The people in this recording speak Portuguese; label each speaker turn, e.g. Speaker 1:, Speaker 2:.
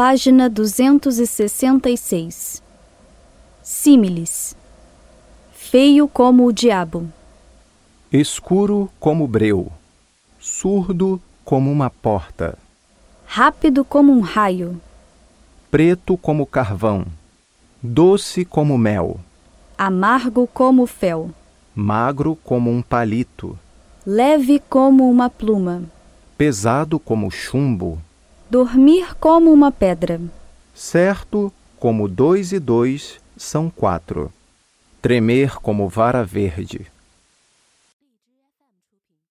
Speaker 1: página 266. Símiles. Feio como o diabo.
Speaker 2: Escuro como breu, surdo como uma porta,
Speaker 1: Rápido como um raio.
Speaker 2: preto como carvão, doce como mel,
Speaker 1: Amargo como o fel.
Speaker 2: magro como um palito,
Speaker 1: Leve como uma pluma.
Speaker 2: pesado como chumbo,
Speaker 1: Dormir como uma pedra.
Speaker 2: certo como dois e dois são quatro, tremer como vara verde.